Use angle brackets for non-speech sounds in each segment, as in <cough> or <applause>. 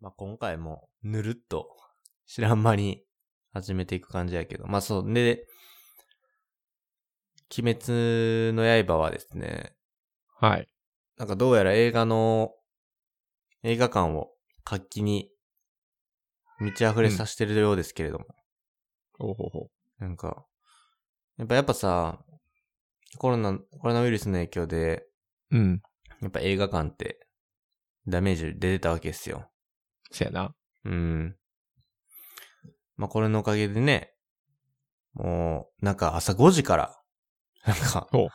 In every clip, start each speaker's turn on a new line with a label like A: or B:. A: まあ、今回も、ぬるっと、知らん間に始めていく感じやけど。まあ、そう、で、鬼滅の刃はですね、
B: はい。
A: なんかどうやら映画の、映画館を活気に満ち溢れさせてるようですけれども。
B: おほほ。
A: なんか、やっぱやっぱさ、コロナ、コロナウイルスの影響で、
B: うん。
A: やっぱ映画館ってダメージ出てたわけですよ。
B: せやな。
A: うん。まあ、これのおかげでね、もう、なんか朝5時から、なんか
B: ほう、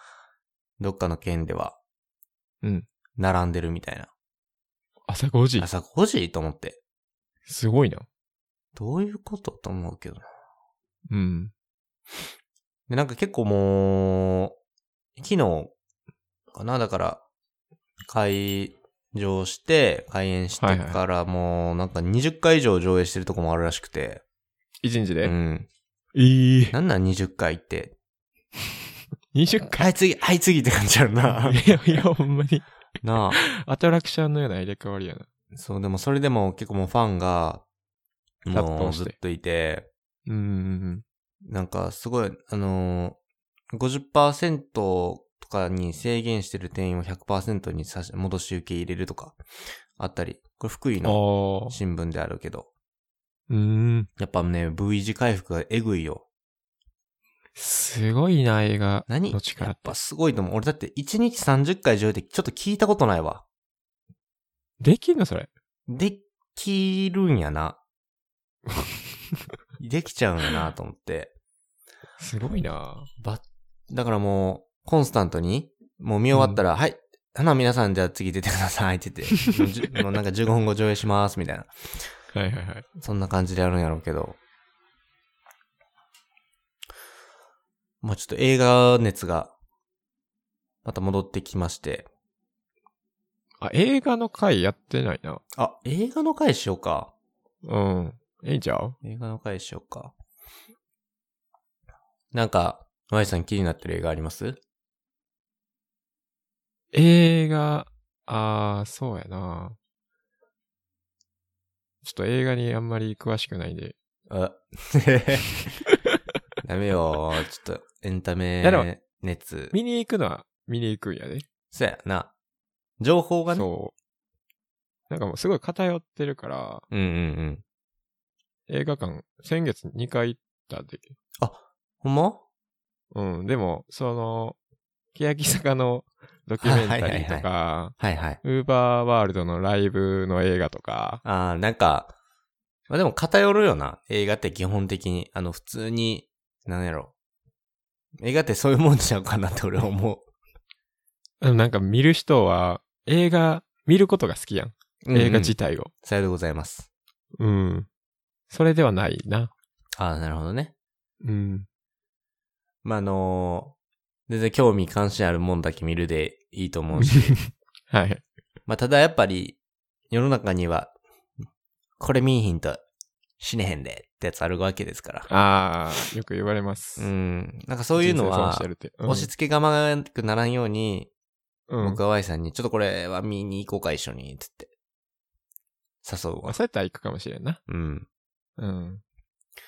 A: どっかの県では、
B: うん。
A: 並んでるみたいな。
B: 朝5時。
A: 朝5時と思って。
B: すごいな。
A: どういうことと思うけどな。
B: うん。
A: で、なんか結構もう、昨日かなだから、開場して、開演して
B: はいはい
A: からもう、なんか20回以上上映してるとこもあるらしくて。
B: 1日で、
A: うん。
B: ええ
A: なんなん20回って。
B: 20回。 <laughs>
A: はい次、はい次って感じやろな。
B: いやいや、ほんまに。
A: なあ。
B: アトラクションのような入れ替わりやな。
A: そう、でもそれでも結構もうファンが、
B: 殺
A: も
B: 到
A: う
B: し
A: ず
B: て
A: っといて、
B: うんうん
A: なんかすごい、あのー、50%とかに制限してる店員を100%に差し戻し受け入れるとか、あったり、これ福井
B: うん。あ
A: の
B: あ。
A: 新聞であるけど、
B: うん。
A: やっぱね、V 字回復がえぐいよ。
B: すごいな、映画
A: 何や
B: の力っ
A: ってぱ。すごいと思う。俺だって1日30回上映ってちょっと聞いたことないわ。
B: できんのそれ。
A: できるんやな。 <laughs> できちゃうんやなと思って。
B: すごいな。
A: ば、だからもう、コンスタントに、もう見終わったら、はい、花皆さんじゃあ次出てくださいって言って、もうじゅもうなんか15分後上映しますみたいな。
B: はいはいはい。
A: そんな感じでやるんやろうけど。まあちょっと映画熱が、また戻ってきまして。
B: あ、映画の回やってないな。
A: あ、映画の回しようか。
B: うん。ええんちゃう
A: 映画の回しようか。なんか、Y さん気になってる映画あります
B: 映画、あー、そうやな。ちょっと映画にあんまり詳しくないんで。
A: あ、 <laughs> ダメよ。ちょっと、エンタ
B: いやでも
A: メ熱。
B: 見に行くのは見に行くんやで。
A: そうやな。情報がね。
B: そう。なんかもうすごい偏ってるから、
A: うんうんうん。
B: 映画館、先月2回行ったんで。
A: ほんま
B: うん、でも、その、欅坂のドキュメンタリーとか、
A: はいはい。
B: ウーバーワールドのライブの映画とか、
A: あーなんか、まあでも偏るよな。映画って基本的に。あの、普通に、なんやろ。映画ってそういうもんちゃうかなって俺は思
B: うんなんか見る人は映画、見ることが好きやん。
A: う。
B: 映画
A: うんうん
B: 自体を。
A: さようでございます。
B: うん。それではないな。
A: あーなるほどね。
B: うん。
A: まあ、あのー全然興味関心あるもんだけ見るでいいと思うし。
B: <laughs> はい。
A: まあ、ただやっぱり、世の中には、これ見いひんと死ねへんでってやつあるわけですから。
B: ああ、よく言われます。
A: う
B: 人
A: ん。なんか
B: 生損
A: そういうのは
B: して、るってうん
A: 押し付けがまがなくならんように、
B: うん
A: 僕は Y さんに、ちょっとこれは見に行こうか一緒に、つって。誘う
B: ま <laughs> あ
A: わ。
B: そうやったら行くかもしれんな。
A: うん。
B: うん。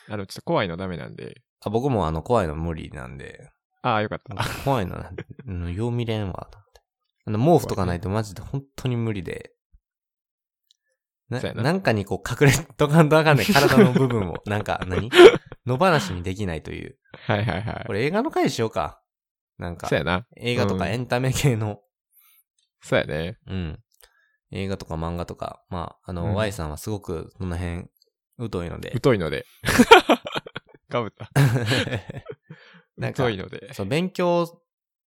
B: あの、ちょっと怖いのダメなんで。
A: あ僕もあの、怖いの無理なんで、
B: ああ、よかった。
A: 怖いのなんて、うん、よう見れんわ、と思って。あの、毛布とかないとマジで本当に無理で。な
B: そうやな
A: なんかにこう隠れとかんとあか
B: <laughs>
A: んねん体の部分を。なんか何、野放しにできないという。
B: はいはいはい
A: こ。れ映画の回しようか。なんか
B: そう、やな。
A: 映画とか
B: うん
A: エンタメ系の、
B: そうやね。
A: うん。映画とか漫画とか、まあ、あの、
B: うん
A: Y さんはすごくその辺、疎いの
B: <laughs>
A: で。
B: 疎い
A: <laughs>
B: ので。かぶった。
A: なんか
B: 疎いので。
A: そう、勉強、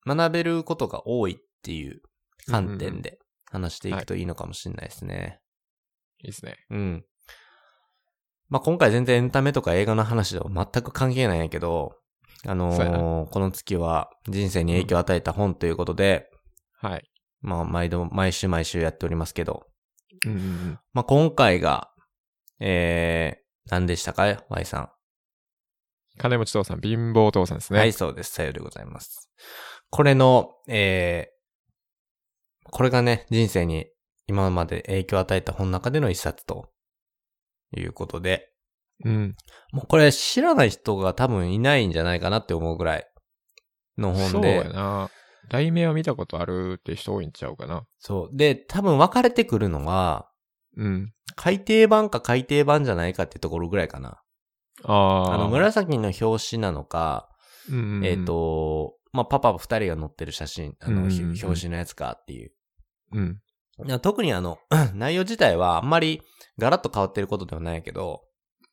A: 学べることが多いっていう観点で話していくといいのかもしれないですね。
B: いいっすね。
A: うん。まあ、今回全然エンタメとか映画の話では全く関係ないんやけど、あ
B: そうやな
A: のーこの月は人生に影響を与えた本ということで、
B: はい。
A: まあ、毎度、毎週毎週やっておりますけど、
B: うんうんうん。
A: まあ、今回が、えー、何でしたか ?Y さん。
B: 金持ち父さん、貧乏父さんですね。
A: はい、そうです。さようでございます。これの、えー、これがね、人生に今まで影響を与えた本の中での一冊ということで、
B: うん。
A: もうこれ知らない人が多分いないんじゃないかなって思うぐらいの本
B: そう
A: で、
B: やな。題名は見たことあるって人多いんちゃうかな。
A: そう。で、多分分かれてくるのは、
B: うん。
A: 改訂版か改訂版じゃないかってところぐらいかな。
B: ああ。
A: あの、、紫の表紙なのか、
B: うんうん、
A: えっ、、と、まあ、パパ二人が載ってる写真、あの、
B: うん
A: ひ
B: うんうん
A: 表紙のやつかっていう。
B: うん。
A: いや特にあの、 <clears throat> 内容自体はあんまりガラッと変わってることではないけど、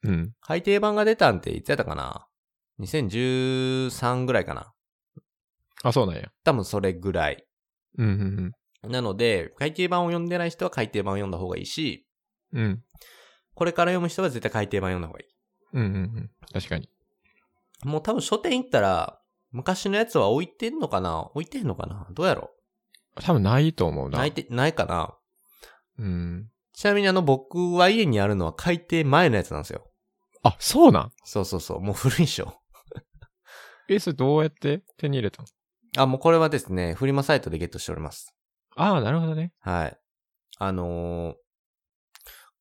B: うん。
A: 改訂版が出たんっていつやったかな ?2013 ぐらいかな
B: あ、そうなんや。
A: 多分それぐらい。
B: うんうん
A: なので、改訂版を読んでない人は改訂版を読んだ方がいいし、
B: うん。うん。
A: これから読む人は絶対改訂版読んだ方がい
B: うんうんうん。確かに。
A: い。もう多分書店行ったら、昔のやつは置いてんのかな置いてんのかなどうやろ
B: 多分ないと思う
A: う
B: な。
A: ないて、ないかな
B: うん。
A: ちなみにあの僕は家にあるのは改訂前のやつなんですよ。
B: あ、そうなん
A: そうそうそう。もう古いっしょ。
B: え、それどうやって手に入れたの
A: あ、もうこれはですね、フリマサイトでゲットしております。
B: ああ、なるほどね。
A: はい。あのー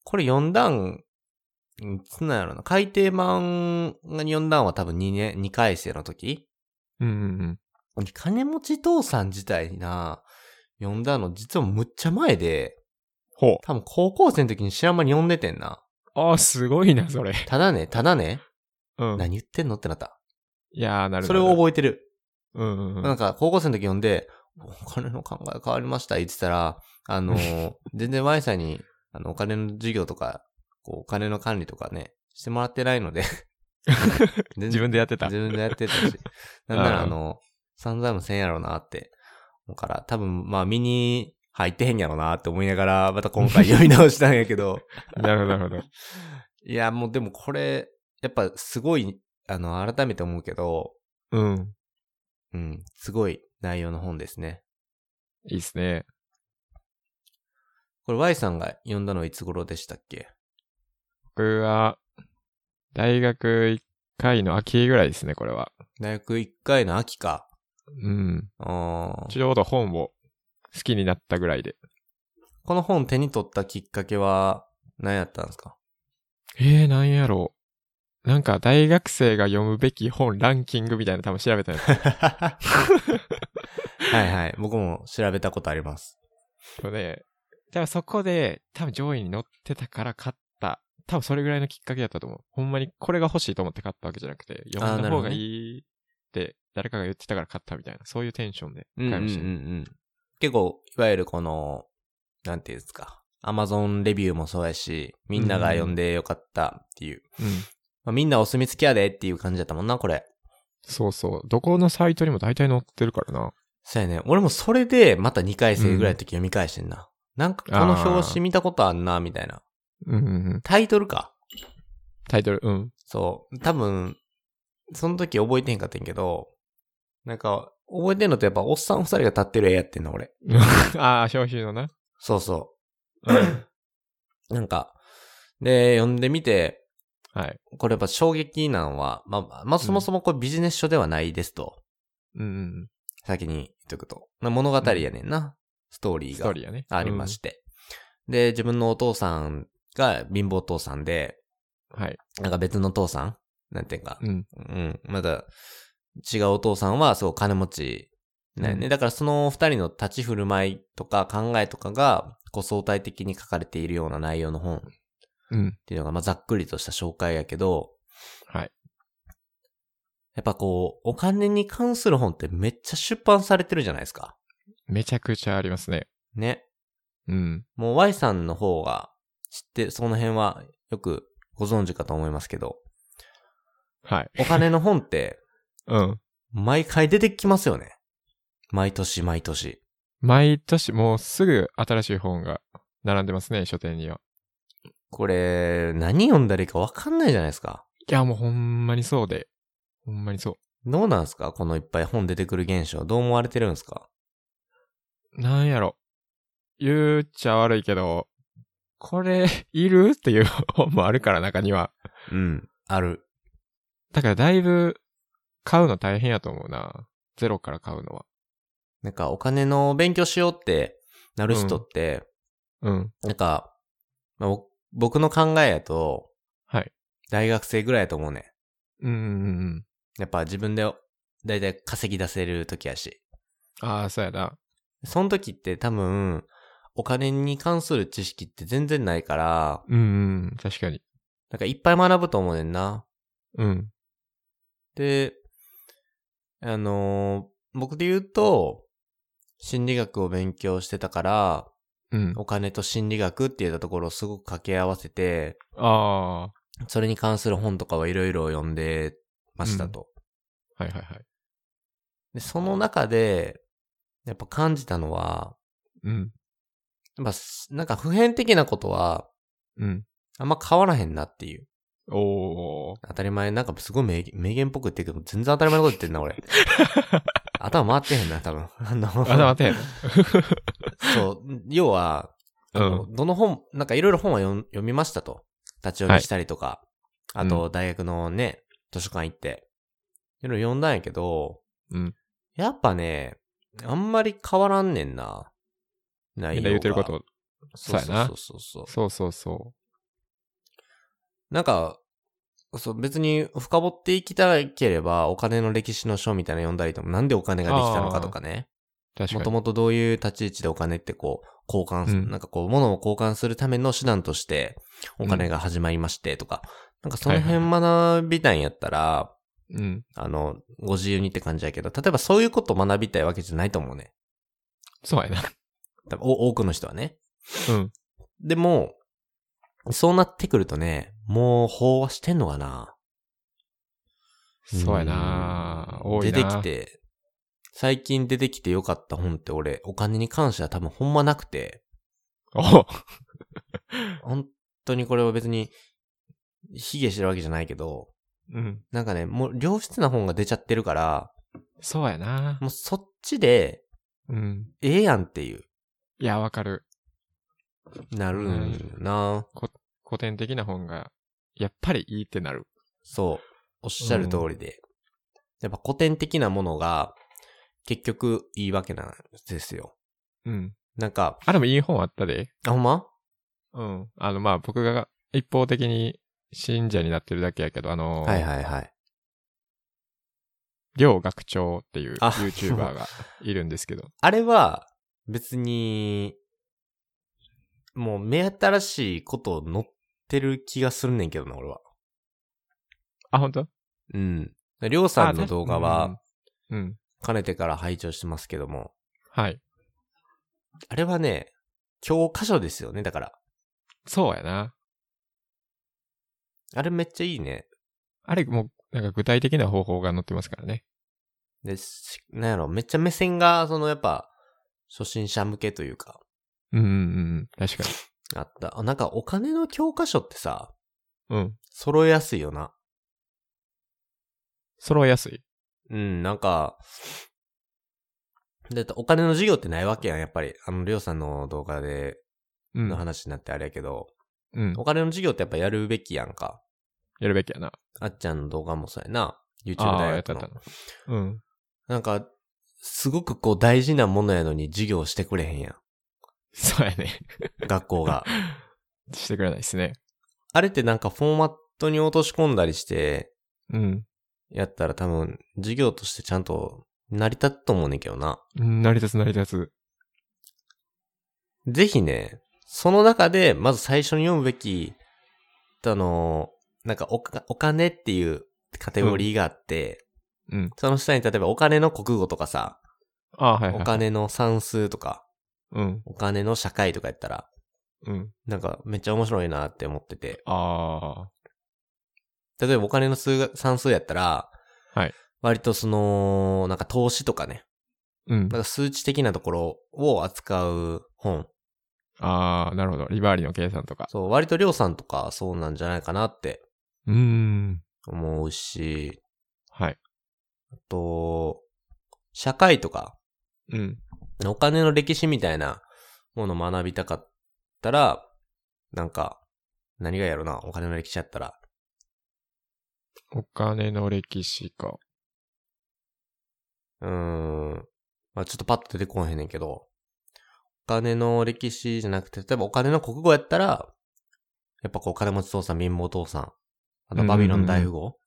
A: これ4段、いつなんやろな。改訂版が4段は多分2年、2回生の時
B: うんうん
A: 金持ち父さん自体な、読んだの実はむっちゃ前で、
B: ほ
A: 多分高校生の時に知らん間に読んでてんな。
B: うん。ああ、すごいな、それ。
A: ただね、ただね、
B: うん。
A: 何言ってんのってなった。
B: いやー、なるほど。
A: それを覚えてる。
B: うんうんう
A: なん
B: ん。
A: か、高校生の時読んで、お金の考え変わりました、言ってたら、あの
B: <laughs>
A: ー、全然 Y さんに、あの、お金の授業とか、こう、お金の管理とかね、してもらってないの
B: <laughs>
A: で、全
B: 自分でやってた。
A: 自分でやってたし、なんなら、
B: うん
A: あの、散々もせんやろうなって、だから、多分、まあ、見に入ってへんやろうなって思いながら、また今回読み直したんやけ
B: <laughs>
A: ど、
B: なるほど、なるほど。
A: いや、もうでもこれ、やっぱすごい、あの、改めて思うけど、
B: うん。
A: うん、すごい内容の本ですね。
B: いいっすね。
A: これ Y さんが読んだのはいつ頃でしたっけ
B: 僕は、大学1回の秋ぐらいですね、これは。
A: 大学1回の秋か。
B: うん。
A: あー
B: ちょうど本を好きになったぐらいで。
A: この本手に取ったきっかけは何やったんです <laughs> か
B: えー、なんやろう。なんか、大学生が読むべき本ランキングみたいなの多分調べたんやつ
A: はいはい。僕も調べたことあります。
B: けどね。多分そこで、多分上位に載ってたから買った。多分それぐらいのきっかけだったと思う。ほんまにこれが欲しいと思って買ったわけじゃなくて、読んだ方がいいって誰かが言ってたから買ったみたいな、そういうテンションで
A: うん
B: 買い
A: うんうんう
B: ましたね。
A: ん。結構、いわゆるこの、なんていうんですか。アマゾンレビューもそうやし、みんなが読んでよかったっていう。
B: うん
A: まあ、みんなお墨付きやでっていう感じだったもんな、これ。
B: そうそう。どこのサイトにも大体載ってるからな。
A: そうやね。俺もそれで、また2回生ぐらいの時読み返してんな。なんかこの表紙見たことあんな、みたいな。
B: うんうんうん。
A: タイトルか。
B: タイトル、うん。
A: そう。多分、その時覚えてへんかったんやけど、なんか、覚えてんのってやっぱおっさん二人が立ってる絵やってんの、俺。
B: <laughs> ああ、消費のな。
A: そうそう。なんか、で、読んでみて、
B: はい。
A: これやっぱ衝撃なんは、まあ、まあ、そもそもこれビジネス書ではないですと、
B: うんうん
A: 先に言っとくと。まあ物語やねんな、ストー
B: う
A: リ
B: ん。
A: ー
B: スト
A: が
B: ーリーやね。
A: ありまして。で、自分のお父さんが貧乏父さんで、
B: うん。はい。
A: なんか別の父さんなんていうか、
B: うん。
A: うん、まだ違うお父さんはすごい金持ちなんよね。
B: うん
A: だからその二人の立ち振る舞いとか考えとかが、こう相対的に書かれているような内容の本っ
B: うん。
A: ていうのが、まあざっくりとした紹介やけど、
B: はい。
A: やっぱこう、お金に関する本ってめっちゃ出版されてるじゃないですか。
B: めちゃくちゃありますね。
A: ね。
B: うん。
A: もう Y さんの方が知って、その辺はよくご存知かと思いますけど、
B: はい。
A: お金の本って
B: うん。
A: 毎回出てきますよね。毎年毎年。
B: 毎年、もうすぐ新しい本が並んでますね、書店には。
A: これ、何読んだらいいか分かんないじゃないですか。
B: いや、もうほんまにそうで。ほんまにそ
A: どうなんすかこのいっぱい本出てくる現象。どう思われてるんですか
B: う。なんやろ。言っちゃ悪いけど、これ、 <laughs> いるっていう本もあるから、中には。
A: うん。ある。
B: だからだいぶ買うの大変やと思うな。ゼロから買うのは。
A: なんか、お金の勉強しようってなる人って、
B: うん。
A: なんか、まあ、お僕の考えやと、
B: はい。
A: 大学生ぐらいやと思うねん。
B: うんうんうん。
A: やっぱ自分で、だいたい稼ぎ出せる時やし。
B: ああ、そうやな。
A: その時って多分、お金に関する知識って全然ないから、
B: うんうん。確かに。
A: なんかいっぱい学ぶと思うねんな。
B: うん。
A: で、あのー僕で言うと、心理学を勉強してたから、
B: うん。
A: お金と心理学って言ったところをすごく掛け合わせて、
B: あ
A: それに関する本とかはいろいろ読んでましたと。
B: あー。はいはいはい。
A: で、その中で、やっぱ感じたのは、
B: うん。
A: やっぱすなんか普遍的なことは、
B: うん。
A: あんま変わらへんなっていう。
B: おー。
A: 当たり前、なんかすごい名言名言っぽく言ってるけど、全然当たり前のこと言ってんな、俺。頭回ってへんな、多分。あの、
B: あ、待って。
A: そう、要は、あのどの本、なんかいろいろ本は読ん読みましたと。立ち読みしたりとか、
B: はい
A: あと大学のね、図書館行って、いろいろ読んだんやけど、
B: うん
A: やっぱね、あんまり変わらんねんな。内容
B: み
A: が
B: んな言ってること。
A: そうそう
B: そうやな
A: そうそうそう
B: そうそうそ
A: なんか、そう、別に深掘っていきたければ、お金の歴史の書みたいなの読んだりとか、なんでお金ができたのかとかね。
B: う。確か
A: も
B: に。
A: ともとどういう立ち位置でお金ってこう、交換す、
B: うん
A: なんかこう、物を交換するための手段として、お金が始まりましてとか、なんかその辺学びたいんやったら、
B: うん。
A: あの、ご自由にって感じやけど、例えばそういうこと学びたいわけじゃないと思うね。
B: そうやな。
A: 多分お多くの人はね。
B: うん。
A: でも、そうなってくるとね、もう飽和してんのかな
B: そうやな。
A: うん
B: 多いな。
A: 出てき。て、最近出てきてよかった本って俺、お金に関しては多分ほんまなくて、
B: お
A: 本当にこれは別に、卑下してるわけじゃないけど、
B: うん。
A: なんかね、もう良質な本が出ちゃってるから、
B: そうやな。
A: もうそっちで、
B: うん。
A: ええやんっていう、
B: いや、わかる。
A: なるんよな。
B: 古典的な本が、やっぱりいいってなる。
A: そう。おっしゃる通りで。やっぱ古典的なものが、結局いいわけなんですよ。
B: うん。
A: なんか、
B: あ、でもいい本あったで。
A: あ、ほんま
B: うん。あの、まあ、僕が一方的に信者になってるだけやけど、あのー、
A: はいはいはい。
B: りょう学長っていう
A: あ
B: YouTuber がいるんで
A: <laughs>
B: すけど。
A: あれは、別に、もう目新しいことを載ってる気がするねんけどな、俺は。
B: あ、本当？
A: うん。りょうさんの動画は、、
B: うん。うん
A: かねてから拝聴してますけども、
B: はい。
A: あれはね、教科書ですよね、だから。
B: そうやな。
A: あれめっちゃいいね。
B: あれ、もう、なんか具体的な方法が載ってますからね。
A: で、しなんやろ、めっちゃ目線が、そのやっぱ、初心者向けというか、
B: うんうんうん。確かに。
A: あった。あなんかお金の教科書ってさ、
B: うん。
A: 揃えやすいよな。
B: 揃えやすい。
A: うん、なんか、だってお金の授業ってないわけやん、やっぱり。あの、りょうさんの動画で
B: う
A: の
B: ん。
A: 話になってあれやけど、
B: うん。
A: お金の授業ってやっぱやるべきやんか。
B: やるべきやな。
A: あっちゃんの動画もそうやな。YouTube
B: ああ、
A: 大
B: やっ
A: 学
B: たや
A: の
B: った。うん。
A: なんか、すごくこう大事なものやのに授業してくれへんやん。
B: そうやね。
A: 学校
B: <laughs>
A: が。
B: してくれないですね。
A: あれってなんかフォーマットに落とし込んだりして、
B: うん。
A: やったら多分授業としてちゃんと成り立つと思うねんけどな。
B: うん成り立つ成り立つ。
A: ぜひね、その中で、まず最初に読むべき、あの、なんかおか、お金っていうカテゴリーがあって、
B: うん。
A: その下に例えばお金の国語とかさ、
B: ああ、はい、はい。
A: お。金の算数とか、
B: うん。
A: お金の社会とかやったら、
B: うん。
A: なんかめっちゃ面白いなって思ってて。
B: あ
A: 例えばお金の数学算数やったら、
B: はい
A: 割とその、なんか投資とかね、
B: あ。うん
A: な。んか数値的なところを扱う本。
B: ああ、なるほど。リバーリの計算とか。
A: そう、割とりょうさんとかそうなんじゃないかなって
B: うーん。
A: 思うし、
B: はい。
A: あと、社会とか、
B: うん。
A: お金の歴史みたいなものを学びたかったら、なんか、何がやろな、お金の歴史やったら。
B: お金の歴史か。
A: うーん。まあちょっとパッと出てこんへんねんけど、お金の歴史じゃなくて、例えばお金の国語やったら、やっぱこう、金持ち父さん、貧乏父さん、あとバビロン大富豪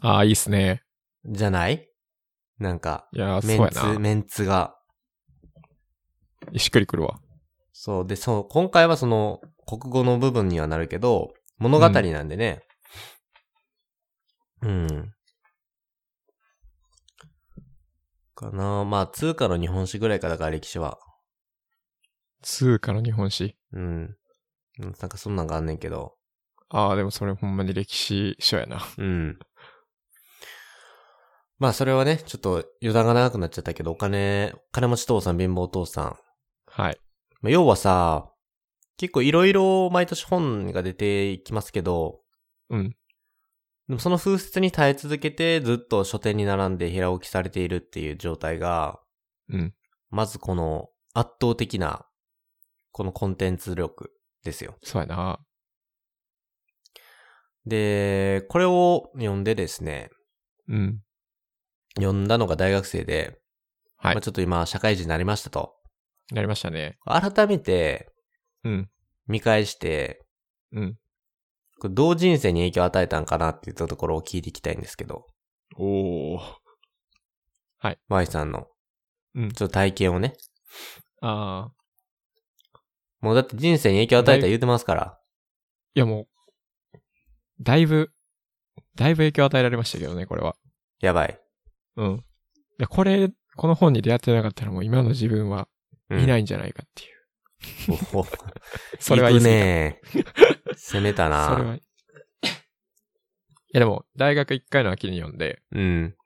B: ああ、いいっすね。
A: じゃないなんか、
B: いやー、そう
A: メ
B: や
A: ンツ、
B: な。
A: メンツが。
B: しっくりくるわ。
A: そう。で、そう、今回はその、国語の部分にはなるけど、物語なんでね。うん。かなまあ、通貨の日本史ぐらいか、だから歴史は。
B: 通貨の日本史。
A: うん。なんかそんなんがあんねんけど。
B: ああ、でもそれほんまに歴史書やな。
A: うん。まあ、それはね、ちょっと余談が長くなっちゃったけど、お金、金持ち父さん、貧乏父さん。
B: はい。
A: まあ要はさ、結構いろいろ毎年本が出ていきますけど、
B: うん。
A: でもその風雪に耐え続けてずっと書店に並んで平置きされているっていう状態が、
B: うん。
A: まずこの圧倒的な、このコンテンツ力ですよ。
B: そうやな。
A: で、これを読んでですね、
B: うん。
A: 読んだのが大学生で、
B: はい
A: まあちょっと今社会人になりましたと。
B: なりましたね。
A: 改めて
B: うん。
A: 見返して、
B: うん。
A: これどう人生に影響を与えたんかなっていったところを聞いていきたいんですけど。
B: おお。
A: Y さんの、
B: うん
A: ちょっと体験をね。
B: ああ。
A: もうだって人生に影響を与えた言うてますから。
B: いやもう、だいぶ、だいぶ影響与えられましたけどね、これは。
A: やばい。
B: うん。いや、これ、この本に出会ってなかったらもう今の自分は
A: うん
B: いないんじゃないかっていう。
A: おお
B: <laughs> それは言い
A: 行
B: 過
A: く
B: ぎた
A: ね攻めたな
B: それは。いやでも、大学一回の秋に読んで、
A: うん。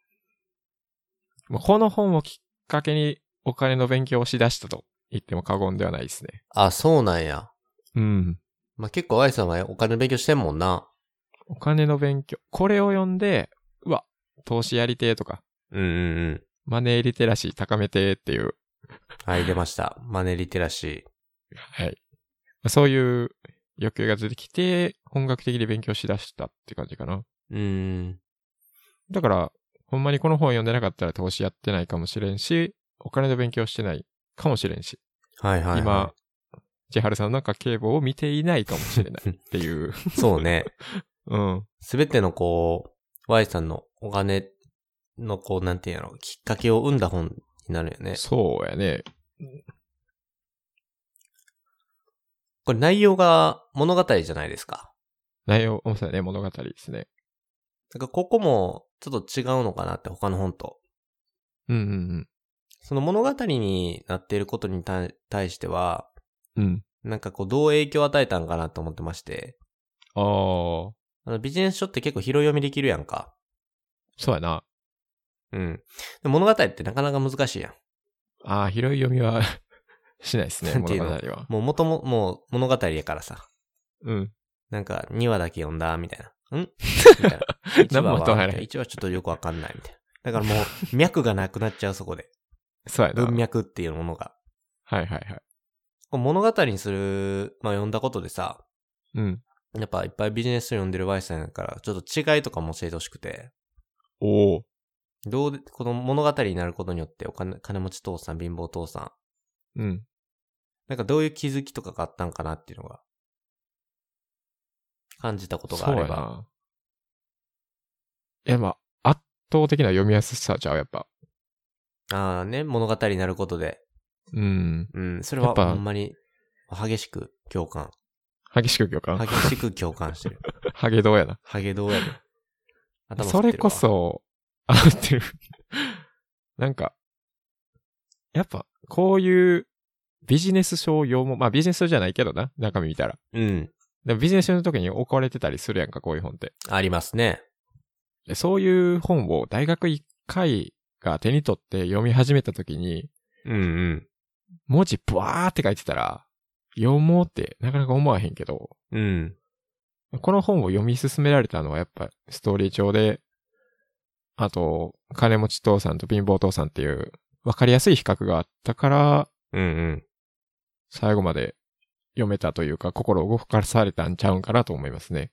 B: もうこの本をきっかけにお金の勉強をしだしたと言っても過言ではないですね。
A: あ、そうなんや。
B: うん。
A: まあ、結構 Y さんはお金の勉強してんもんな。
B: お金の勉強。これを読んで、うわ、投資やりてえとか、
A: うんうんうん。
B: マネーリテラシー高めてえっていう、
A: はい、出ました。マネリテラシ
B: はい。そういう欲求が出てきて、本格的に勉強しだしたって感じかな。
A: ー。うーん。
B: だから、ほんまにこの本読んでなかったら投資やってないかもしれんし、お金の勉強してないかもしれんし、
A: はいはい、はい。
B: 今、千春さんの中警棒を見ていないかもしれないっ
A: <laughs>
B: ていう。
A: そうね。
B: うん。
A: すべてのこう、Y さんのお金のこう、なんていうんやろ、きっかけを生んだ本になるよね。
B: そうやね。
A: これ内容が物語じゃないですか。
B: 内容、そうやね、物語ですね。
A: だからここもちょっと違うのかなって他の本と。
B: うんうん
A: その物語になっていることに対対しては、
B: うん。うん。
A: なんかこうどう影響を与えたんかなと思ってまして、
B: ああ、そ
A: あのビジネス書って結構拾い読みできるやんか。
B: うやな。
A: うん。で物語ってなかなか難しいやん。
B: ああ、広い読みは <laughs> しないですね、
A: なんて
B: 物
A: いう
B: 語
A: の
B: は。
A: もう元も、もう物語やからさ。
B: うん。
A: なんか2話だけ読んだ、みたい
B: <laughs>
A: な。んみたいな。1
B: 何も
A: 話
B: まとま
A: は、
B: らない
A: 一話ちょっとよくわかんないみたいな。だからもう脈がなくなっちゃうそこで。
B: <laughs> そうやな。
A: 文
B: はい
A: 脈っていうものが。
B: はいはい。
A: こう物語にする、まあ読んだことでさ、
B: うん。
A: やっぱいっぱいビジネス書読んでる Y さんやから、ちょっと違いとかも教えてほしくて、
B: おお。
A: どうで、この物語になることによってお金、金持ち父さん、貧乏父さん、
B: うん。
A: なんかどういう気づきとかがあったんかなっていうのが、感じたことが
B: そ
A: あ
B: う
A: れ
B: や
A: ば。
B: な。いや、まあ、圧倒的な読みやすさちゃう、やっぱ。
A: ああね、物語になることで、
B: うん。
A: うん、それ
B: や
A: は
B: っぱ
A: ほんまに、激しく共感。
B: 激しく行感。
A: 激しく共感して <laughs> る。
B: ハゲどうやな。
A: ハゲどうやで。頭振
B: そ
A: ってるわ
B: れこ。そ、 <laughs> あ、合ってる。なんか、やっぱ、こういうビジネス書を読もう。まあビジネス書じゃないけどな、中身見たら。
A: うん、
B: でもビジネス書の時に置かれてたりするやんか、こういう本って。
A: ありますね。
B: でそういう本を大学1回が手に取って読み始めた時に、
A: うんうん。
B: 文字ブワーって書いてたら、読もうってなかなか思わへんけど、
A: うん。
B: この本を読み進められたのはやっぱストーリー調で、あと、金持ち父さんと貧乏父さんっていう分かりやすい比較があったから、
A: うんうん。
B: 最後まで読めたというか、心を動かされたんちゃうんかなと思いますね。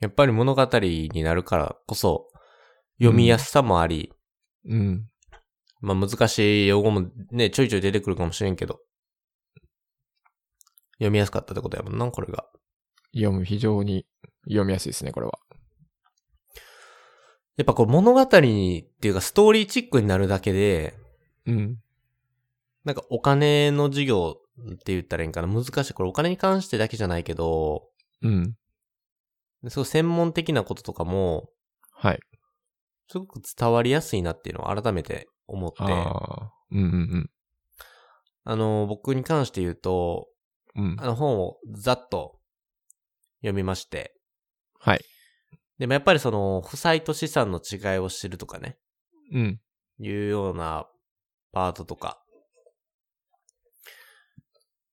A: やっぱり物語になるからこそ、読みやすさもあり、
B: うん。
A: まあ難しい用語もね、ちょいちょい出てくるかもしれんけど、読みやすかったってことやもんな、これが。
B: 読む、非常に読みやすいですね、これは。
A: やっぱこう物語っていうかストーリーチックになるだけで、
B: うん。
A: なんかお金の授業って言ったらいいんかな難しい。これお金に関してだけじゃないけど、
B: うん。
A: そう専門的なこととかも、
B: はい。
A: すごく伝わりやすいなっていうのを改めて思って、あ
B: ああ。うんうん
A: の、僕に関して言うと、
B: うん。うん
A: あ。の本をざっと読みまして、
B: はい。
A: でもやっぱりその、負債と資産の違いを知るとかね、
B: うん。
A: いうようなパートとか。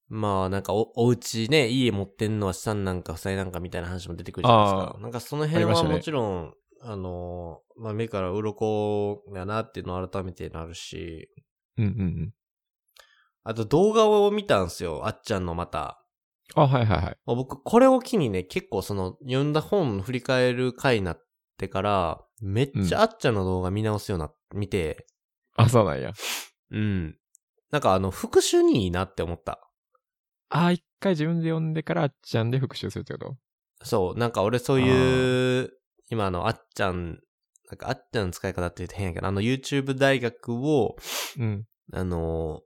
A: まあなんかお、お家ね、家持ってんのは資産なんか負債なんかみたいな話も出てくるじゃないです
B: あ
A: か。なんかその辺
B: ありまし
A: は
B: たね
A: もちろん、あ,、の、まあ目から鱗やなっていうのを改めてなるし、
B: うんうんうん。
A: あと動画を見たんすよ、あっちゃんのまた。
B: あ、はいはいはい。
A: まあ僕、これを機にね、結構その、読んだ本振り返る回になってから、めっちゃあっちゃんの動画見直すような、見て、
B: あ、そうなんや。
A: うん。なんかあの、復習にいいなって思った。
B: ああ、一回自分で読んでからあっちゃんで復習するってこと
A: そう、なんか俺そういう、今あの、あっちゃん、なんかあっちゃんの使い方って言うと変やけど、あの YouTube 大学を、
B: うん。
A: あのー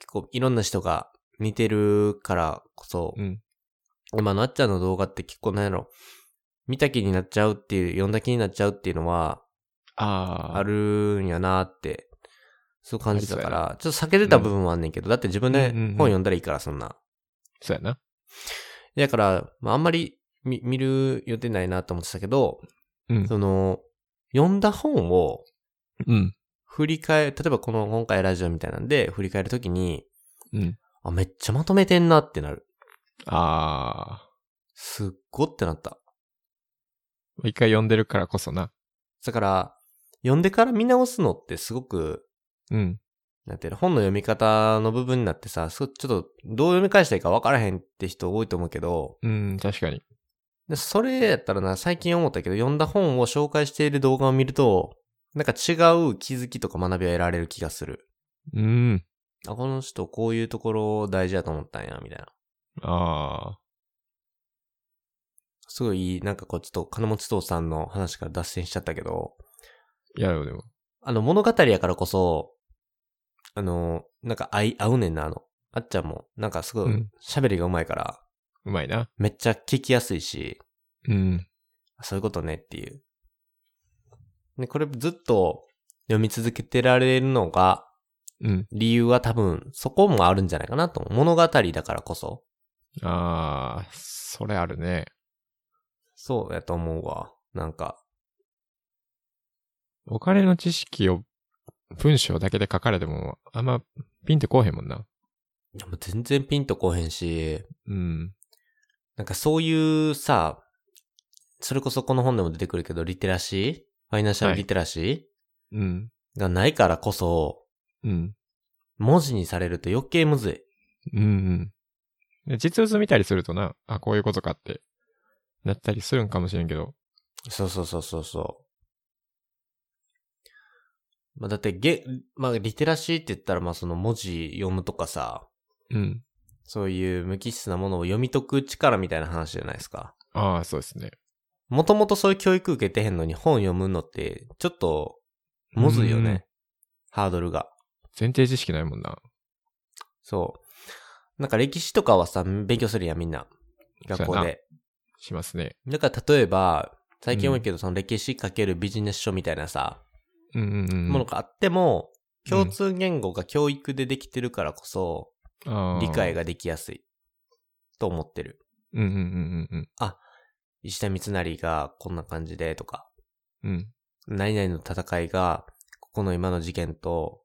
A: 結構いろんな人が似てるからこそ、
B: うん。
A: 今のあっちゃんの動画って結構なんやろ、見た気になっちゃうっていう、読んだ気になっちゃうっていうのは、
B: ああ。
A: あるんやなって、そう感じたか
B: ありそう
A: ら、ちょっと避けてた部分はあんねんけど、だって自分で
B: うんうんうん
A: 本読んだらいいから、そんな。
B: そうやな。
A: だから、まあ、あんまり見見る予定ないなと思ってたけど、
B: うん。
A: その、読んだ本を
B: うん。
A: 振り返、例えばこの今回ラジオみたいなんで振り返るときに、
B: うん。
A: あ、めっちゃまとめてんなってなる。
B: ああ。
A: すっごってなった。
B: 一回読んでるからこそな。
A: だから、読んでから見直すのってすごく、
B: うん。
A: なんていうの、本の読み方の部分になってさ、すごちょっとどう読み返したらいいか分からへんって人多いと思うけど、
B: うん、確かに。
A: でそれやったらな、最近思ったけど、読んだ本を紹介している動画を見ると、なんか違う気づきとか学びを得られる気がする。
B: うん。
A: あ、この人こういうところ大事だと思ったんや、みたいな。
B: ああ。
A: すごいいい、なんかこうちょっと金持ち父さんの話から脱線しちゃったけど、
B: いや、でもでも。
A: あの物語やからこそ、あの、なんか合い、合うねんな、あの。あっちゃんも、なんかすご
B: う
A: い
B: ん
A: 喋りがうまいから、
B: うまいな。
A: めっちゃ聞きやすいし、
B: うん。
A: そういうことねっていう。で、これずっと読み続けてられるのが、
B: うん。
A: 理由は多分そこもあるんじゃないかなと思う。物語だからこそ。
B: ああ、それあるね。
A: そうやと思うわ。なんか、
B: お金の知識を文章だけで書かれても、あんまピンってこうへんもんな。
A: いやもう全然ピンとこうへんし、
B: うん。
A: なんかそういうさ、それこそこの本でも出てくるけど、リテラシーファイナンシャルリテラシ
B: うん。
A: ーがないからこそ、
B: うん。
A: 文字にされると余計むずい。
B: うんうんで。実物見たりするとな、あ、こういうことかって、なったりするんかもしれんけど。
A: そうそうそうそうそう。まあ、だって、げ、まあ、リテラシーって言ったら、まあ、その文字読むとかさ、
B: うん。
A: そういう無機質なものを読み解く力みたいな話じゃないですか。
B: ああ、そうですね。
A: もともとそういう教育受けてへんのに本読むのって、ちょっと、むずいよ
B: うん
A: ね。ハードルが。
B: 前提知識ないもんな。
A: そう。なんか歴史とかはさ、勉強するやん、みんな。学
B: そう
A: 校
B: やな
A: で。
B: しますね。
A: だから例えば、最近多いけど、その歴史かけるビジネス書みたいなさ、
B: うんうんうん。
A: ものがあっても、
B: うん
A: 共通言語が教育でできてるからこそ、
B: ああ
A: 理解。ができやすい。と思ってる。
B: うんうんうんうん
A: 石田三成がこんな感じでとか、
B: うん。うん。
A: 何々の戦いが、ここの今の事件と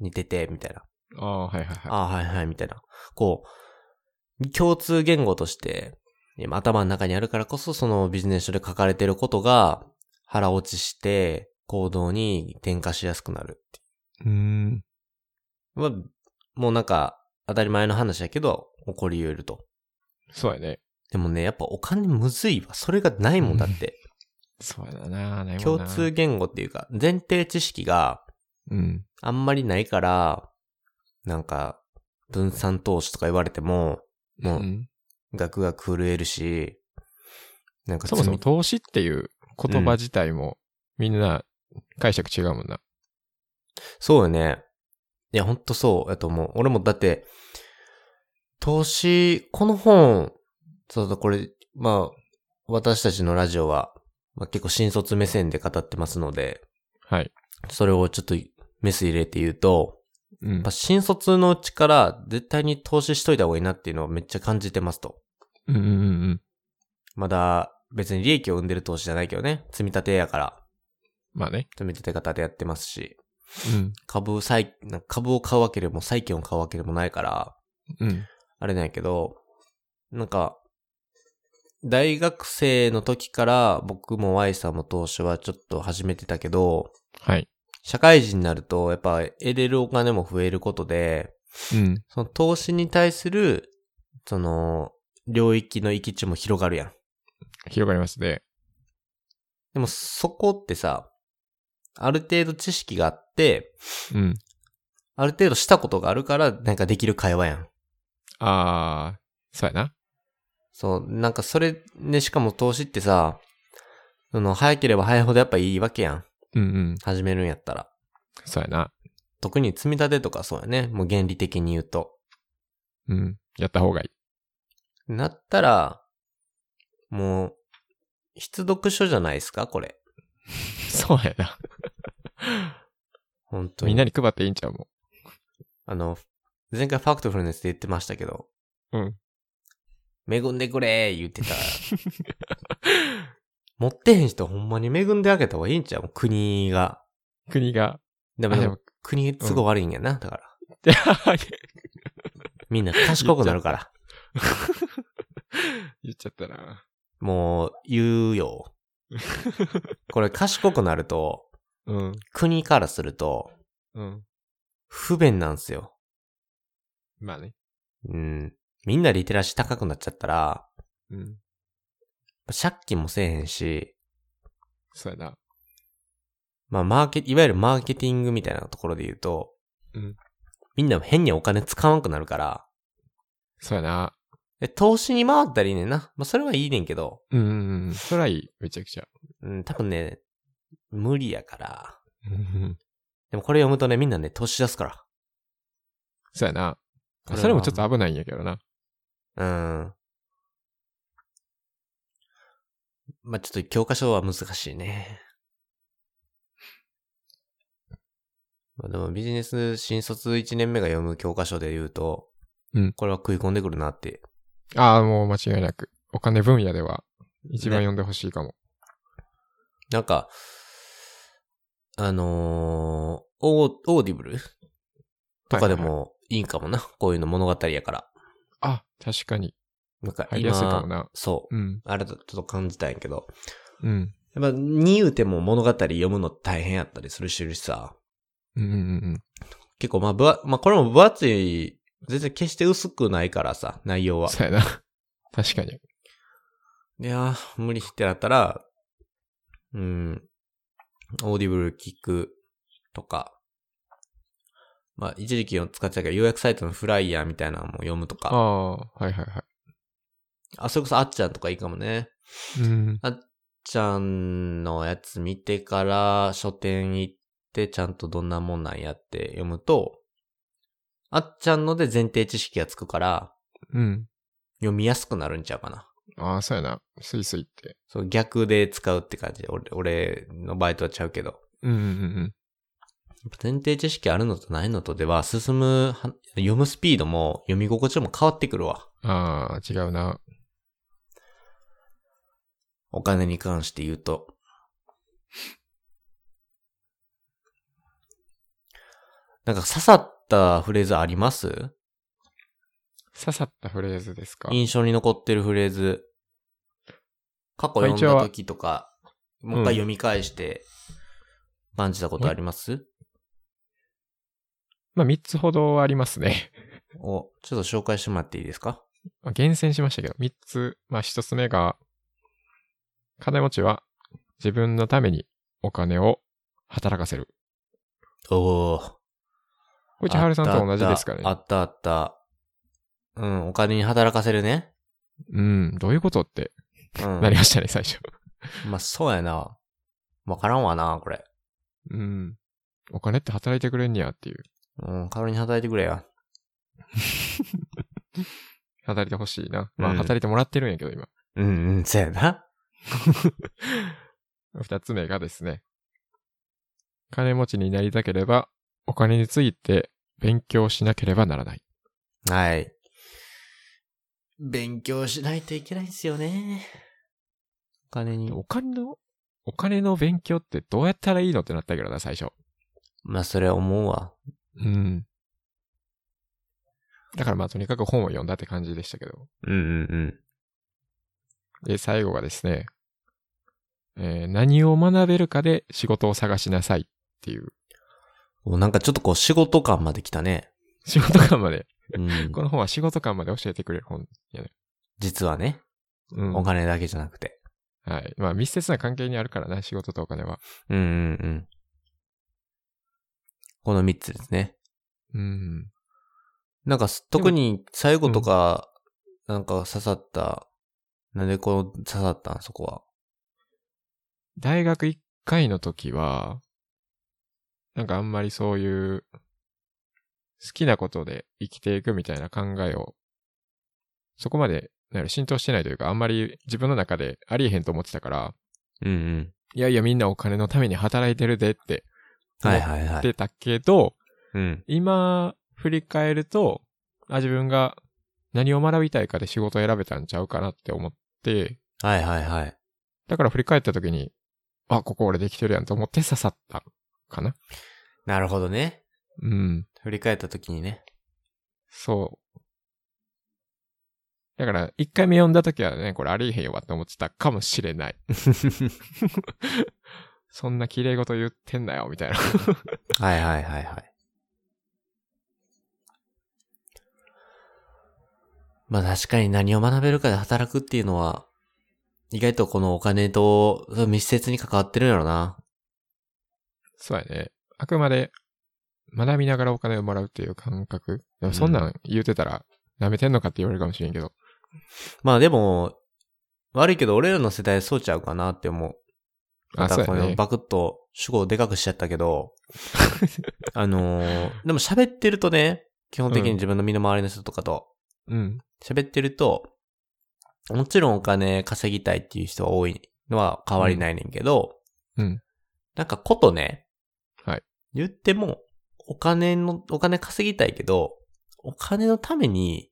A: 似てて、みたいな。
B: ああ、はいはいは
A: ああ、はいはい、みたいな。こう、共通言語として、今頭の中にあるからこそ、そのビジネス書で書かれてることが、腹落ちして、行動に転化しやすくなる。
B: い。うーん。
A: まあ、もうなんか、当たり前の話やけど、起こり得ると。
B: そうやね。
A: でもね、やっぱお金むずいわ。それがないもんだって。
B: そうやなな、ないもん
A: 共
B: な。
A: 通。言語っていうか、前提知識が
B: うん。
A: あんまりないから、なんか、分散投資とか言われても、もう
B: うん。
A: 額が震えるし、なんか
B: そもそも
A: 積み
B: 投資っていう言葉自体も、みんな解釈違うもんな。
A: そうよね。いや、ほんとそうやと思う。俺もだって、投資、この本、そうだ、これ、まあ、私たちのラジオは、まあ、結構新卒目線で語ってますので、
B: はい。
A: それをちょっとメス入れて言うと、
B: うん
A: やっぱ。新卒のうちから絶対に投資しといた方がいいなっていうのをめっちゃ感じてますと。
B: うんうんうん。
A: まだ別に利益を生んでる投資じゃないけどね、積み立てやから、
B: まあね。
A: 積み立て型でやってますし、
B: うん。
A: 株債、なんか株を買うわけでも債券を買うわけでもないから、
B: うん。
A: あれなんやけど、なんか、大学生の時から僕も Y さんも投資はちょっと始めてたけど、
B: はい。
A: 社会人になるとやっぱ得れるお金も増えることで、
B: うん。
A: その投資に対する、その、領域の域地も広がるやん。
B: 広がりますね。
A: でもそこってさ、ある程度知識があって、
B: うん。
A: ある程度したことがあるから、なんかできる会話やん。
B: あー、そうやな。
A: そう、なんかそれね、しかも投資ってさ、その、早ければ早いほどやっぱいいわけやん。
B: うんうん。
A: 始めるんやったら。
B: そうやな。
A: 特に積み立てとかそうやね。もう原理的に言うと。
B: うん。やった方がい
A: なったら、もう、必読書じゃないですかこれ。
B: い。 <laughs> そうやな。
A: 本当に。
B: みんなに配っていいんちゃうも
A: あの、前回ファクトフルネスで言ってましたけど。
B: うん。
A: 恵んでくれー言ってた。 <laughs> 持ってへん人ほんまに恵んであげた方がいいんちゃう国が。
B: ん。国が。 <laughs>
A: でも
B: あ
A: で
B: で
A: も
B: も
A: 国都合悪いんやな、だから。
B: 言
A: みんな賢くなるから。
B: っちゃったな。
A: もう、言うよ。これ賢くなると、
B: うん。
A: 国からすると、
B: うん。
A: 不便なんすよ。
B: まあね。
A: うん。みんなリテラシー高くなっちゃったら、
B: うん。
A: 借金もせえへんし、
B: そうやな。
A: まあ、マーケ、いわゆるマーケティングみたいなところで言うと、
B: うん
A: みんな変にお金使わんくなるから、
B: そうやな。
A: で投資に回ったらいいねんな。まあ、それはいいねんけど、
B: うんうんうん。それはいい。めちゃくちゃ。
A: うん、多分ね、無理やから。
B: うん。
A: でもこれ読むとね、みんなね、投資出すか
B: そうやな。
A: これは
B: それもちょっと危ないんやけどな。
A: ら。うん。まあ、ちょっと教科書は難しいね。まあ、でもビジネス新卒1年目が読む教科書で言うと、
B: うん
A: これは食い込んでくるなって。
B: ああ、もう間違いなく。お金分野では一番読んでほしいかも。
A: なんか、あのー、オー、オーディブルとかで
B: はいはいはい。
A: もいいかもな。こういうの物語やから。
B: あ、確かに。
A: なんか
B: 入りやすいかも
A: 今、
B: な。
A: そう
B: う。ん。
A: あれだとちょっと感じたんやけど。
B: うん。
A: やっぱ、に言うても物語読むの大変やったりするしさ。
B: うんうんうん
A: 結構まあ、ぶわ、まあこれも分厚い、全然決して薄くないからさ、内容
B: うん。
A: は。
B: そうやな。確かに。
A: いやー、無理ってなったら、うん、オーディブル聞くとか、まあ一時期を使ってたけど、予約サイトのフライヤーみたいなのも読むと
B: あ
A: か。
B: あ、はいはいは
A: あ、それこそあっちゃんとかいいかもね。
B: い。うん。
A: ちゃんのやつ見てから書店行ってちゃんとどんなもんなんやって読むと、あっちゃんので前提知識がつくから
B: うん。
A: 読みやすくなるんちゃうかな。
B: ああ、そうやな。スイスイって。
A: そう逆で使うって感じで、俺俺のバイトはちゃうけど。
B: うんうんうん
A: やっぱ前提知識あるのとないのとでは進むは、読むスピードも読み心地も変わってくるわ。
B: うん。ああ、違うな。
A: お金に関して言うと。 <laughs> なんか刺さったフレーズあります
B: 刺さったフレーズですか
A: 印象に残ってるフレーズ。過去読んだ時とか、もう一回読み返して感じたことあります、
B: まあ、3つほどありますね。 <laughs>
A: お、ちょっと紹介してもらっていいですか
B: まあ厳選しましたけど、3つ。まあ、1つ目が、金持ちは自分のためにお金を働かせる。
A: おー。
B: これ、千春さんと同じですかね
A: あ。ったあった。あったあったうん、お金に働かせるね。
B: うん、どういうことって。 <laughs>
A: うん。
B: なりましたね、最初。
A: まあ、そうやな。わからんわな、これ。
B: うん。お金って働いてくれんにやっていう。
A: うん、代わりに働いてくれや。
B: 働いてほしいな。まあ、
A: うん
B: 働いてもらってるんやけど、今。
A: うん、うん、そうやな。
B: 二つ目がですね。金持ちになりたければ、お金について勉強しなければならない。
A: はい。勉強しないといけないんすよね。お金に。
B: お金の、お金の勉強ってどうやったらいいのってなったけどな、最初。
A: まあ、それは思うわ。
B: うん。だからまあ、とにかく本を読んだって感じでしたけど。
A: うん、うん、うん。
B: で、最後がですね、えー何を学べるかで仕事を探しなさいっていう、
A: おなんかちょっとこう、仕事感まで来たね。
B: 仕事感まで、
A: うん。
B: <laughs> この本は仕事感まで教えてくれる本やね。
A: 実はね、
B: うん。
A: お
B: は
A: 金だけじゃなくて。
B: い。まあ、密接な関係にあるからな、仕事とお金は。
A: うん、うん、うん。この三つですね。
B: うん。
A: なんかす、特に最後とか、なんか刺さった、なんでこう刺さったんそこは。
B: 大学1回の時は、なんかあんまりそういう、好きなことで生きていくみたいな考えを、そこまで、なんやろ浸透してないというか、あんまり自分の中でありえへんと思ってたから、
A: うんうん。
B: いやいやみんなお金のために働いてるでって
A: はいはいは
B: 言っ
A: い。
B: てたけど、
A: うん。
B: 今、振り返ると、あ、自分が何を学びたいかで仕事を選べたんちゃうかなって思って、
A: はいはいはい。
B: だから振り返った時に、あ、ここ俺できてるやんと思って刺さったかな。
A: なるほどね。
B: うん。
A: 振り返った時にね。
B: そう。だから、一回目読んだ時はね、これありえへんわって思ってたかもしれない。 <laughs> そんな綺麗事言ってんだよ、みたいな。 <laughs>
A: はいはいはいはい。まあ確かに何を学べるかで働くっていうのは、意外とこのお金とそう密接に関わってるんやろな。
B: そうやね。あくまで、学びながらお金をもらうっていう感覚。でもそんなん言うてたら、舐めてんのかって言われるかもしれんけど。
A: まあでも、悪いけど俺らの世代そうちゃうかなって思う。
B: あ、そう
A: こ
B: や
A: の
B: ね。
A: バクッと主語をでかくしちゃったけ
B: <laughs>
A: ど、あのーでも喋ってるとね、基本的に自分の身の回りの人とかと、
B: うん。
A: 喋ってると、もちろんお金稼ぎたいっていう人は多いのは変わりないねんけど、
B: うんうん
A: なんかことね、
B: はい
A: 言っても、お金の、お金稼ぎたいけど、お金のために、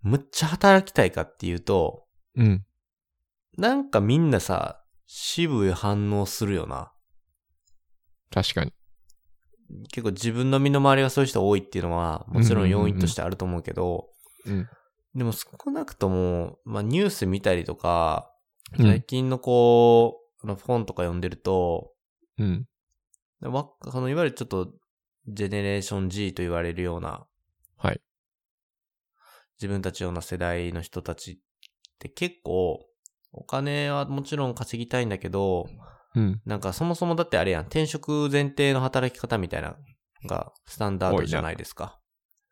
A: むっちゃ働きたいかっていうと、
B: うん。
A: なんかみんなさ、渋い反応するよな。
B: 確かに。
A: 結構自分の身の回りがそういう人多いっていうのは、もちろん要因としてあると思うけど、
B: うん。
A: でも少なくとも、まあニュース見たりとか、
B: うん
A: 最近のこう、あの本とか読んでると、
B: うん。
A: わそのいわゆるちょっと、ジェネレーション G と言われるような、
B: はい。
A: 自分たちような世代の人たちって結構、お金はもちろん稼ぎたいんだけど、
B: うん。
A: なんかそもそもだってあれやん、転職前提の働き方みたいなのがスタンダードじゃないですか。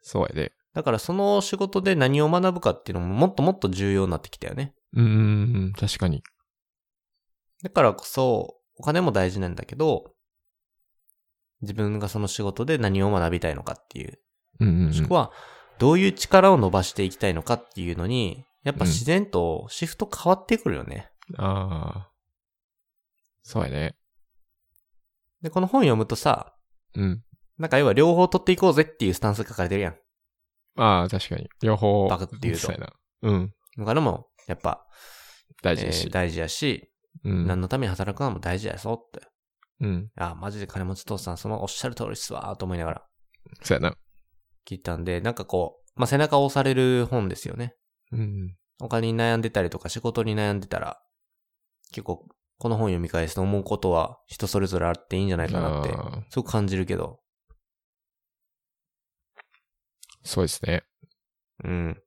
B: そうやで。
A: だからその仕事で何を学ぶかっていうのももっともっと重要になってきたよね。
B: うんうんうん。確かに。
A: だからこそ、お金も大事なんだけど、自分がその仕事で何を学びたいのかっていう、
B: うんうん、う
A: もし
B: ん
A: く。は、どういう力を伸ばしていきたいのかっていうのに、やっぱ自然とシフト変わってくるよね。
B: ああ。そうやね。
A: で、この本読むとさ、
B: うん。
A: なんか要は両方取っていこうぜっていうスタンスが書かれてるやん。
B: ああ、確かに。両方。
A: バカって言うと
B: そうやな。うん。
A: だからも、やっぱ、
B: 大事だ
A: え
B: し
A: ー。大事やし、
B: うん。
A: 何のために働くのも大事やぞって。
B: うん。
A: あ、マジで金持ち父さん、そのおっしゃる通りっすわーと思いながら
B: そうやな。
A: 聞いたんで、なんかこう、まあ、背中を押される本ですよね。
B: うん。
A: お金に悩んでたりとか仕事に悩んでたら、結構この本読み返すと思うことは人それぞれあっていいんじゃないかなって、
B: ああ
A: すごく感じるけど。
B: そうですね。
A: うん。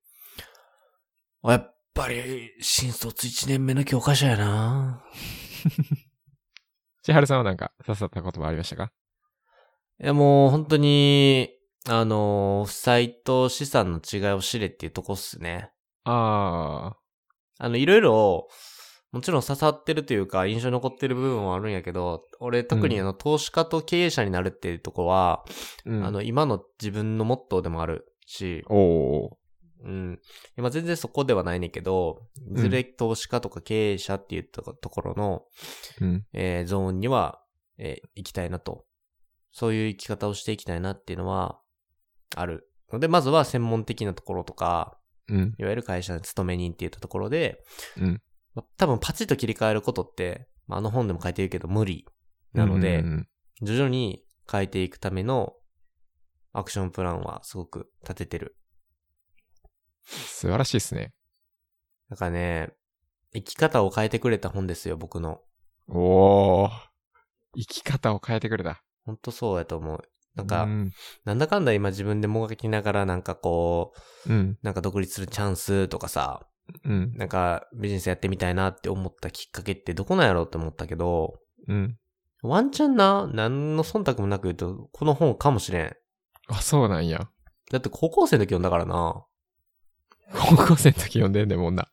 A: あやっぱり、新卒1年目の教科書やな
B: 千春さんはなんか刺さった言葉ありましたか
A: いやもう本当に、あの、負債と資産の違いを知れっていうとこっすね。
B: ああ。
A: あの、いろいろ、もちろん刺さってるというか、印象に残ってる部分はあるんやけど、俺特にあの、投資家と経営者になるっていうとこは、
B: うん
A: あの、今の自分のモットーでもあるし、
B: おお
A: うん。今全然そこではないねんけど、いずれ投資家とか経営者っていうところの、
B: ー。うん。
A: えーゾーンには、えー行きたいなと。そういう生き方をしていきたいなっていうのは、ある。ので、まずは専門的なところとか、
B: うん。
A: いわゆる会社の勤め人っていったところで、
B: うん
A: まあ多分パチッと切り替えることって、まああの本でも書いてるけど無理。なので、
B: うんうん
A: 徐々に変えていくためのアクションプランはすごく立ててる。
B: 素晴らしいですね。
A: なんかね、生き方を変えてくれた本ですよ、僕の。
B: おお。生き方を変えてくれた。
A: ほんとそうやと思う。なんか、
B: うん。
A: なんだかんだ今自分でもがきながらなんかこう、
B: うん。
A: なんか独立するチャンスとかさ、
B: うん。
A: なんかビジネスやってみたいなって思ったきっかけってどこなんやろうって思ったけど、
B: うん。
A: ワンチャンな、何の忖度もなく言うと、この本かもしれん。
B: あ、そうなんや。
A: だって高校生の時読んだからな。
B: 高校生の時読んでんねんもんな。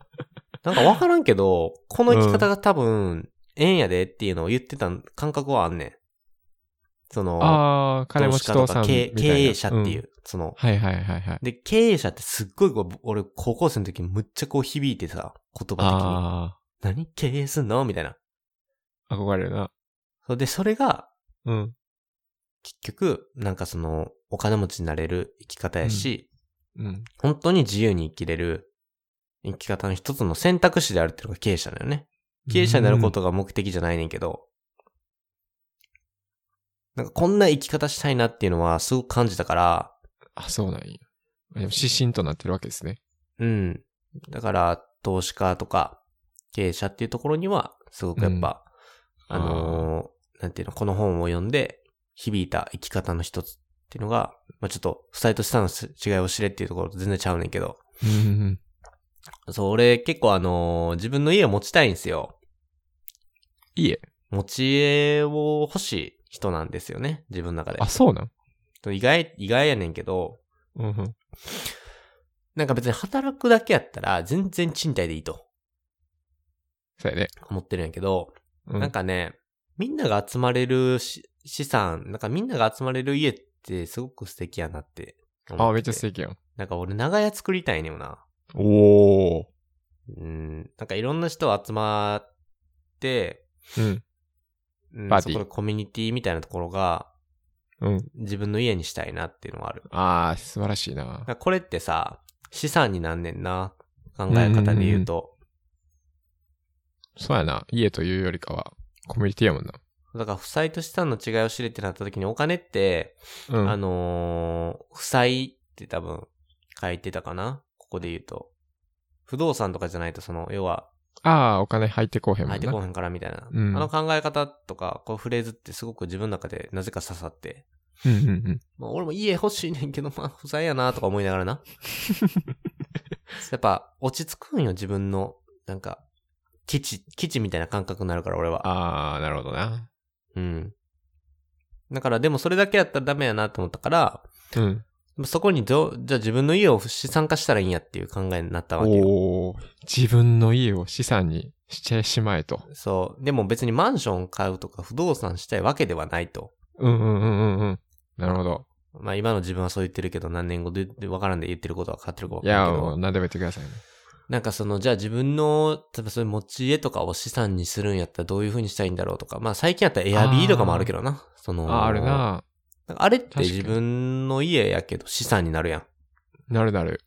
A: なんかわからんけど、この生き方が多分、ええんやでっていうのを言ってた感覚はあんねん。その、
B: ああ、金
A: 投
B: 持
A: 資
B: ち
A: 家と
B: 父さ
A: か
B: んみた
A: 経
B: い
A: 営
B: な。
A: 経営者っていう、
B: ん
A: その、
B: はいはいはいはい。
A: で、経営者ってすっごいこう、俺高校生の時むっちゃこう響いてさ、言葉的に。
B: あ
A: 何経営すんのみたいな。
B: あ、憧れるな。
A: そうで、それが、
B: うん。
A: 結局、なんかその、お金持ちになれる生き方やし、
B: うん。
A: 本当に自由に生きれる生き方の一つの選択肢であるっていうのが経営者だよね。経営者になることが目的じゃないねんけど、なんかこんな生き方したいなっていうのはすごく感じたから、
B: あ、そうなんや。でも指針となってるわけですね。
A: うん。だから、投資家とか、経営者っていうところには、すごくやっぱ、
B: うん
A: あのーなんていうの、この本を読んで、響いた生き方の一つっていうのが、まあちょっと、負債と資産の違いを知れっていうところと全然ちゃうねんけど、
B: うん。
A: そう、俺結構あのー自分の家を持ちたいんですよ。
B: 家
A: 持ち家を欲しい人なんですよね、自分の中で
B: あ、。そうなん
A: 意外、意外やねんけど、
B: うんうん。
A: なんか別に働くだけやったら全然賃貸でいいと
B: そうやね。
A: 思ってるんやけど、
B: う
A: なん、かね、みんなが集まれるし資産、なんかみんなが集まれる家ってすごく素敵やなって思ってて
B: あ、めっちゃ素敵やん。
A: なんか俺長屋作りたいねんよな。
B: おお。
A: うん。なんかいろんな人集まって、
B: うん。
A: うん
B: パー
A: そ
B: ティ
A: こ
B: ー
A: のコミュニティみたいなところが
B: うん。
A: 自分の家にしたいなっていうのはある。
B: ああ、素晴らしいな。
A: なんかこれってさ、資産になんねんな。考え方で言うと。
B: そうやな。家というよりかは、コミュニティやもんな。
A: だから、負債と資産の違いを知れってなった時にお金って、
B: うん。
A: あのー、負債って多分書いてたかなここで言うと。不動産とかじゃないと、その、要は、
B: ああ、お金入ってこうへんも
A: 入っ
B: ん
A: てこ
B: な。
A: うへんからみたいな。
B: うん
A: あの考え方とか、こうフレーズってすごく自分の中でなぜか刺さって。
B: うんうんうん。
A: まあ、俺も家欲しいねんけど、まあ、負債やなとか思いながら
B: <laughs>
A: な。やっぱ、落ち着くんよ、自分の、なんか、基地、基地みたいな感覚になるから、俺は。
B: ああ、なるほどな。
A: うん。だから、でもそれだけやったらダメやなと思ったから、
B: うん。
A: そこにど、じゃあ自分の家を資産化したらいいんやっていう考えになったわけよ。
B: おお。自分の家を資産にしてしまえと。
A: そう。でも別にマンション買うとか不動産したいわけではないと。
B: うんうんうんうんうん。なるほど。
A: まあ今の自分はそう言ってるけど、何年後ででわからんで言ってることは変わってるかわ
B: い
A: から
B: や、
A: んけ
B: も
A: ど
B: う。何でも言ってくださいね。
A: なんかその、じゃあ自分の、例えばそういう持ち家とかを資産にするんやったらどういう風にしたいんだろうとか。まあ最近やったらエアビーとかもあるけどな。その、
B: あ、ある。な。
A: なんかあれって
B: 確かに
A: 自分の家やけど資産になるやん。
B: なるなる。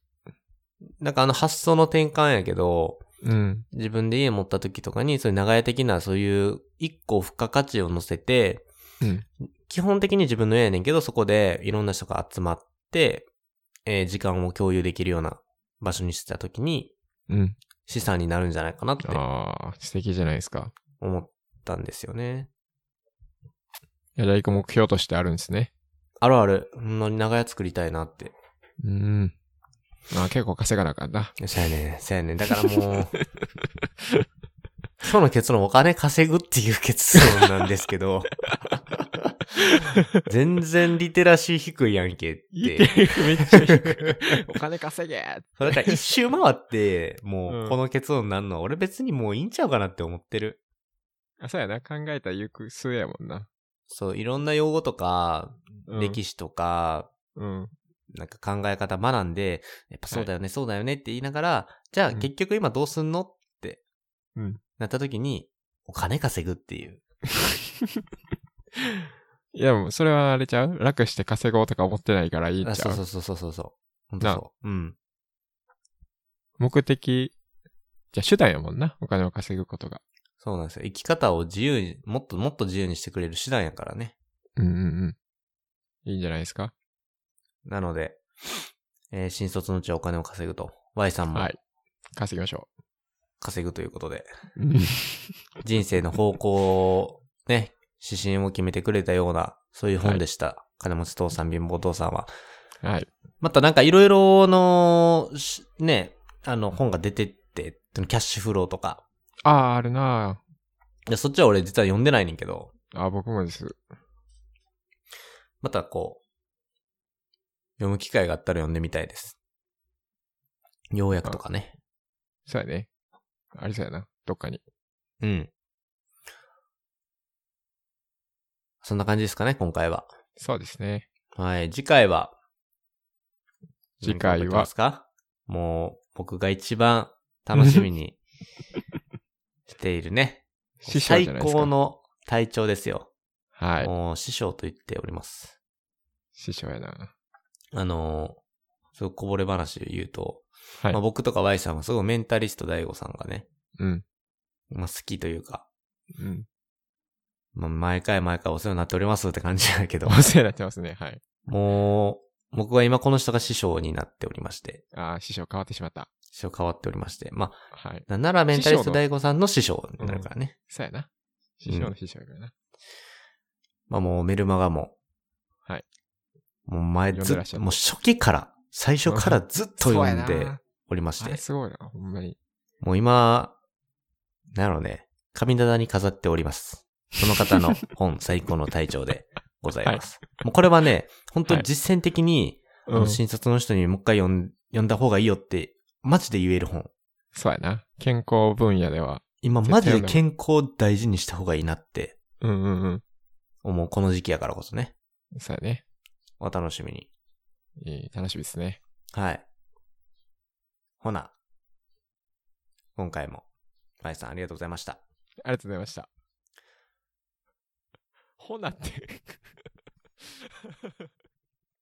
A: なんかあの発想の転換やけど、
B: うん。
A: 自分で家持った時とかに、そういう長屋的なそういう一個付加価値を乗せて、
B: うん
A: 基本的に自分の家やねんけど、そこでいろんな人が集まって、えー時間を共有できるような場所にしてた時に、
B: うん。
A: 資産になるんじゃないかなって
B: ああ、素敵じゃないですか。
A: 思ったんですよね。
B: いや、じゃあ一個目標としてあるんですね。
A: あるある、ほんまに長屋作りたいなって。
B: うん。まあ結構稼がなあかんな。
A: そうやねん、そうやねん。だからもう、
B: <laughs>
A: 今日の結論お金稼ぐっていう結論なんですけど、全然リテラシー低いやんけっ
B: いい
A: て
B: って。めっちゃ低い。お金稼げー
A: そうだから一周回って、も
B: う
A: うんこの結論になるのは、俺別にもういいんちゃうかなって思ってる。
B: あ、そうやな。考えたら行く末やもんな。
A: そう、いろんな用語とか、
B: うん、
A: 歴史とか、
B: うん。
A: なんか考え方学んで、やっぱそうだよね、そうだよねって言いながら、じゃあ
B: うん
A: 結局今どうすんのって、
B: うん
A: なった時に、お金稼ぐっていう。
B: いや、もうそれはあれちゃう楽して稼ごうとか思ってないからいいんちゃ
A: あ
B: う
A: そうそうそうそうそうそう。本当そう。うん。
B: 目的、じゃあ手段やもんな。お金を稼ぐことが。
A: そうなんですよ。生き方を自由に、もっともっと自由にしてくれる手段やからね。
B: うんうんうん。いいんじゃないですか
A: なので、えー新卒のうちはお金を稼ぐと。Y さんも
B: はい。稼ぎましょ
A: 稼ぐということで、
B: う。うん <laughs>
A: 人生の方向を、ね、指針を決めてくれたような、そういう本でした。金持ち父さん、貧乏父さんは。
B: はい。
A: またなんかいろいろの、しね、あの本が出てって、キャッシュフローとか。
B: ああ、あるない
A: や、そっちは俺実は読んでないねんけど、
B: ーあー僕もです。
A: またこう、読む機会があったら読んでみたいです。ようやくとかね。
B: そうやね。ありそうやな。どっかに。
A: うん。そんな感じですかね、今回は。
B: そうですね。
A: はい、次回は。
B: 次回は
A: 何か覚えてますかもう、僕が一番楽しみ
B: <laughs>
A: にしているね。
B: 師匠
A: 最
B: じゃないですか。
A: 高。の体調ですよ。
B: はい。
A: もう師匠と言っております。
B: 師匠やな。
A: あのー、すごいこぼれ話で言うと、
B: はい
A: まあ、僕とか Y さんはすごいメンタリスト大悟さんがね、
B: うん。
A: まあ、好きというか、
B: うん。
A: まあ、毎回毎回お世話になっておりますって感じだけ
B: <laughs>
A: ど
B: お、世話になってますね。はい。
A: もう、僕は今この人が師匠になっておりまして、
B: ああ、師匠変わってしまった。
A: 師匠変わっておりまして、まあ、
B: はい。
A: なんならメンタリスト
B: 師匠の
A: 大悟さんの師匠になるからね。
B: そうやな。師匠の師匠やからな。
A: まあもうメルマガも。
B: はい。
A: もう前
B: 読ん
A: ず
B: で
A: っ
B: らっしゃ
A: と、
B: る
A: もう初期から、最初からずっと読ん
B: そうや
A: で
B: な
A: おりまし
B: あれ
A: て。
B: すごいな。ほんまに。
A: もう今、なのね、神棚に飾っております。その方の本、最高の体調でございます。もうこれはね、本当に実践的に、
B: <laughs> う
A: も
B: ん。
A: う
B: そう
A: 新卒の人にもう一回読ん読んだ方がいいよって、マジで言える本。
B: やな。健康分野では。
A: 今マジで健康大事にした方がいいなって
B: うんうんうん。
A: 思う、この時期やからこそね。
B: そうやね。
A: お楽しみに。
B: いい、楽しみですね。
A: はい。ほな。今回も、まいさんありがとうございました。
B: ありがとうございました。ほなって。